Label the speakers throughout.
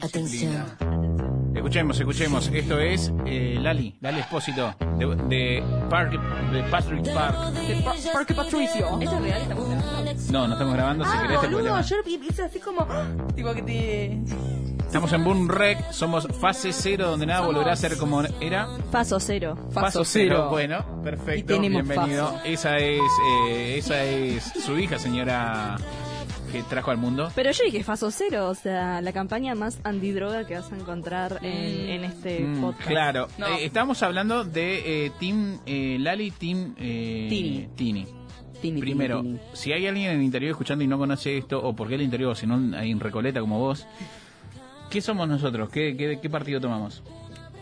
Speaker 1: Atención.
Speaker 2: Escuchemos, escuchemos. Esto es eh, Lali, Lali Espósito, de, de, Park- de Patrick Park.
Speaker 3: Porque Patricio.
Speaker 1: ¿Esto es real esta música?
Speaker 2: No, no estamos grabando, si querés
Speaker 3: Ah,
Speaker 2: te
Speaker 3: boludo,
Speaker 2: problema.
Speaker 3: yo hice así como. Tipo que te.
Speaker 2: Estamos en Boom Rec, somos fase cero, donde nada volverá a ser como era.
Speaker 1: Paso cero.
Speaker 2: Paso cero. Bueno,
Speaker 3: Y
Speaker 2: perfecto,
Speaker 3: tenemos
Speaker 2: bienvenido. Esa es, eh, esa es su hija, señora, que trajo al mundo.
Speaker 4: Pero yo dije Faso Cero, o sea, la campaña más antidroga que vas a encontrar en, en este
Speaker 2: Mm,
Speaker 4: podcast.
Speaker 2: Claro,
Speaker 3: No.
Speaker 2: Eh, estamos hablando de eh, Team eh, Lali, Team eh,
Speaker 3: Tini.
Speaker 2: Tini.
Speaker 3: Tini,
Speaker 2: Primero,
Speaker 3: tini,
Speaker 2: si hay alguien en el interior escuchando y no conoce esto, o porque el interior, o si no hay en Recoleta como vos, ¿qué somos nosotros? ¿Qué, qué, qué partido tomamos?
Speaker 3: tini.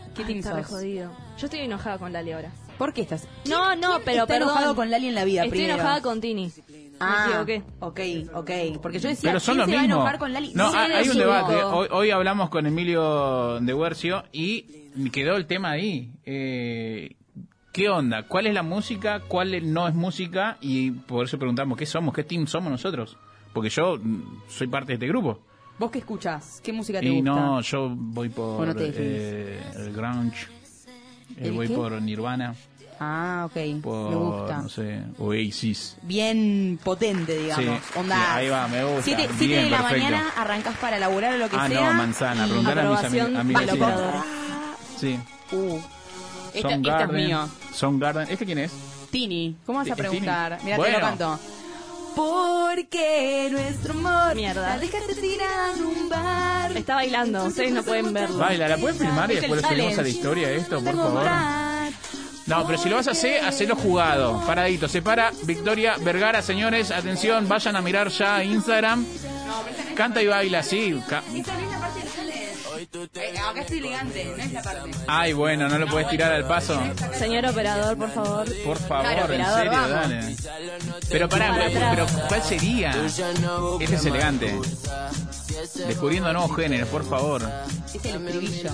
Speaker 4: Ay,
Speaker 3: ¿Qué team
Speaker 4: está re
Speaker 3: sos?
Speaker 4: jodido. Yo estoy enojada con Lali ahora.
Speaker 3: ¿Por qué estás.?
Speaker 4: No, no, pero
Speaker 3: está
Speaker 4: perdón.
Speaker 3: enojado con Lali en la vida
Speaker 4: Estoy
Speaker 3: primero?
Speaker 4: enojada con Tini.
Speaker 3: Ah,
Speaker 4: Me equivoqué.
Speaker 3: ok, ok. Porque yo decía.
Speaker 2: Pero son lo
Speaker 3: ¿quién se va a
Speaker 2: mismo.
Speaker 3: enojar con Lali?
Speaker 2: No,
Speaker 3: Sí,
Speaker 2: ha- hay
Speaker 4: es
Speaker 2: un debate.
Speaker 4: cierto.
Speaker 2: Hoy, hoy hablamos con Emilio de Guercio y quedó el tema ahí. Eh, ¿Qué onda? ¿Cuál es la música? ¿Cuál no es música? Y por eso preguntamos, ¿qué somos? ¿Qué team somos nosotros? Porque yo mm, soy parte de este grupo.
Speaker 3: ¿Vos qué escuchás? ¿Qué música te
Speaker 2: Y
Speaker 3: gusta?
Speaker 2: no, yo voy por
Speaker 3: ¿O no te definís?
Speaker 2: eh, el grunge. Eh,
Speaker 3: ¿El
Speaker 2: voy
Speaker 3: qué?
Speaker 2: por Nirvana,
Speaker 3: Ah, ok.
Speaker 2: por
Speaker 3: Me gusta.
Speaker 2: pues, no sé, Oasis.
Speaker 3: Bien potente, digamos.
Speaker 2: Sí,
Speaker 3: Onda.
Speaker 2: sí, ahí va, me gusta.
Speaker 3: Siete, siete
Speaker 2: Bien,
Speaker 3: de la
Speaker 2: perfecto.
Speaker 3: mañana arrancás para laburar o lo que
Speaker 2: Ah,
Speaker 3: sea.
Speaker 2: no, manzana. Preguntar a mis
Speaker 4: aprobación
Speaker 2: ami- a mis vecinos.
Speaker 4: valorada.
Speaker 2: Sí.
Speaker 3: Uh. Esta,
Speaker 2: Son
Speaker 3: esta este es
Speaker 2: Garden.
Speaker 3: mío.
Speaker 2: Son Garden. ¿Este quién es?
Speaker 3: Tini, ¿cómo vas a
Speaker 2: Es Tini.
Speaker 3: preguntar? Mira, te
Speaker 2: Bueno.
Speaker 3: lo canto. Porque nuestro amor.
Speaker 4: Mierda.
Speaker 3: La dejaste tirar en un bar.
Speaker 2: Este,
Speaker 4: Está bailando, ustedes no pueden verlo.
Speaker 2: Baila, ¿la pueden filmar y
Speaker 3: Es el
Speaker 2: después lo subimos a la
Speaker 3: challenge.
Speaker 2: historia esto, por
Speaker 3: Tengo
Speaker 2: favor?
Speaker 3: bar.
Speaker 2: No, pero si lo vas a hacer, hacelo jugado. Paradito. Se para Victoria Vergara, señores. Atención, vayan a mirar ya Instagram. Canta y baila, sí. ca-
Speaker 3: Esa no es la parte del challenge. Eh, acá estoy elegante, no es la parte.
Speaker 2: Ay, bueno, no lo puedes tirar al paso.
Speaker 4: Señor operador, por favor.
Speaker 3: Eh,
Speaker 2: Por favor,
Speaker 4: Claro,
Speaker 2: en
Speaker 4: operador,
Speaker 2: serio,
Speaker 4: vamos.
Speaker 2: dale. Pero pará,
Speaker 4: Para
Speaker 2: pero,
Speaker 4: atrás.
Speaker 2: pero ¿cuál sería? Este es elegante. Descubriendo nuevos géneros, por favor.
Speaker 3: Es el estribillo.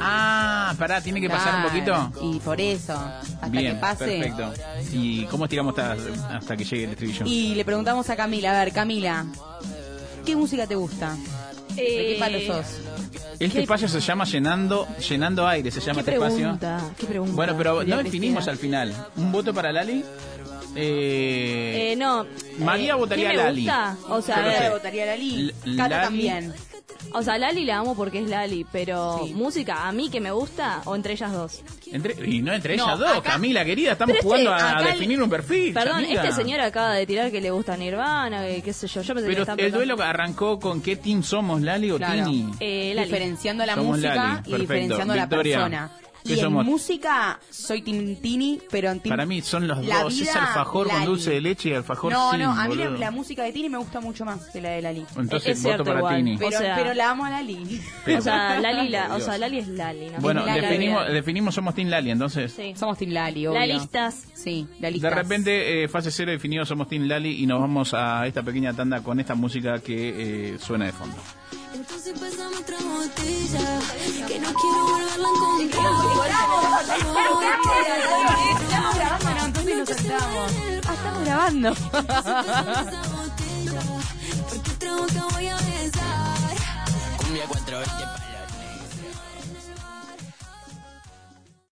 Speaker 2: Ah, pará, tiene que pasar un
Speaker 3: Claro,
Speaker 2: poquito.
Speaker 3: Y por eso, hasta
Speaker 2: Bien,
Speaker 3: que pase.
Speaker 2: perfecto. ¿Y cómo estiramos hasta, hasta que llegue el estribillo?
Speaker 3: Y le preguntamos a Camila, a ver, Camila, ¿qué música te gusta?
Speaker 4: Eh,
Speaker 3: ¿De qué
Speaker 2: Eh,
Speaker 3: palo sos?
Speaker 2: Este espacio se llama Llenando llenando Aire, se llama este
Speaker 4: ¿Qué
Speaker 2: espacio.
Speaker 4: pregunta? ¿Qué pregunta?
Speaker 2: Bueno, pero no
Speaker 4: María
Speaker 2: definimos
Speaker 4: Cristina?
Speaker 2: al final. ¿Un voto para Lali? Eh,
Speaker 4: Eh, no.
Speaker 2: María
Speaker 4: Eh,
Speaker 2: votaría
Speaker 4: ¿qué
Speaker 2: a
Speaker 4: me
Speaker 2: Lali.
Speaker 4: gusta? O sea,
Speaker 2: Yo no
Speaker 4: a ver,
Speaker 2: sé.
Speaker 3: votaría Lali.
Speaker 2: L-
Speaker 3: Cata
Speaker 2: Lali.
Speaker 3: también.
Speaker 4: o sea, Lali la amo porque es Lali, pero
Speaker 3: Sí.
Speaker 4: música, a mí que me gusta, o entre ellas dos.
Speaker 2: Entre- y no entre
Speaker 3: No,
Speaker 2: ellas dos,
Speaker 3: acá-
Speaker 2: Camila querida, estamos
Speaker 4: Pero este,
Speaker 2: jugando a,
Speaker 4: acá el-
Speaker 2: definir un perfil.
Speaker 4: Perdón,
Speaker 2: Camila.
Speaker 4: este señor acaba de tirar que le gusta Nirvana, que qué sé yo. Yo pensé que
Speaker 2: Pero
Speaker 4: estaba
Speaker 2: el
Speaker 4: preguntando.
Speaker 2: duelo arrancó con qué team somos, Lali o
Speaker 3: Claro.
Speaker 2: Tini.
Speaker 4: Eh, Lali.
Speaker 3: Diferenciando la
Speaker 2: Somos
Speaker 3: música
Speaker 2: Lali,
Speaker 3: y
Speaker 2: perfecto.
Speaker 3: diferenciando a la
Speaker 2: Victoria,
Speaker 3: persona.
Speaker 2: ¿qué
Speaker 3: Y en
Speaker 2: somos?
Speaker 3: música soy Tim Tini, pero en Tim
Speaker 2: Para mí son los
Speaker 3: la
Speaker 2: dos,
Speaker 3: vida,
Speaker 2: es alfajor con
Speaker 3: Lali.
Speaker 2: dulce de leche y alfajor
Speaker 3: No,
Speaker 2: sin,
Speaker 3: no, a mí la,
Speaker 2: boludo.
Speaker 3: la música de Tini me gusta mucho más que la de Lali.
Speaker 2: Entonces
Speaker 4: Es
Speaker 2: voto
Speaker 4: cierto
Speaker 2: para
Speaker 4: igual.
Speaker 2: Tini.
Speaker 4: O
Speaker 3: Pero,
Speaker 4: sea-
Speaker 3: pero la amo a Lali.
Speaker 2: Pero-
Speaker 4: O sea, Lali, la- o
Speaker 2: Dios.
Speaker 4: sea, Lali es Lali, ¿no?
Speaker 2: Bueno,
Speaker 3: Lali,
Speaker 2: definimos, eh,
Speaker 4: Lali.
Speaker 2: definimos somos Team Lali, entonces.
Speaker 4: Sí.
Speaker 3: Somos Tim Lali, obvio.
Speaker 4: Lalistas.
Speaker 3: Sí, lalistas.
Speaker 2: De repente, eh, fase cero definido, somos Team Lali y nos vamos a esta pequeña tanda con esta música que eh, suena de fondo.
Speaker 5: Entonces empezamos otra botella Que no quiero volverla a encontrar No,
Speaker 3: Estamos grabando, no, entonces nos sentamos. Ah, estamos grabando.
Speaker 5: esa botella Porque otra boca voy a besar
Speaker 6: Cumbia 420 para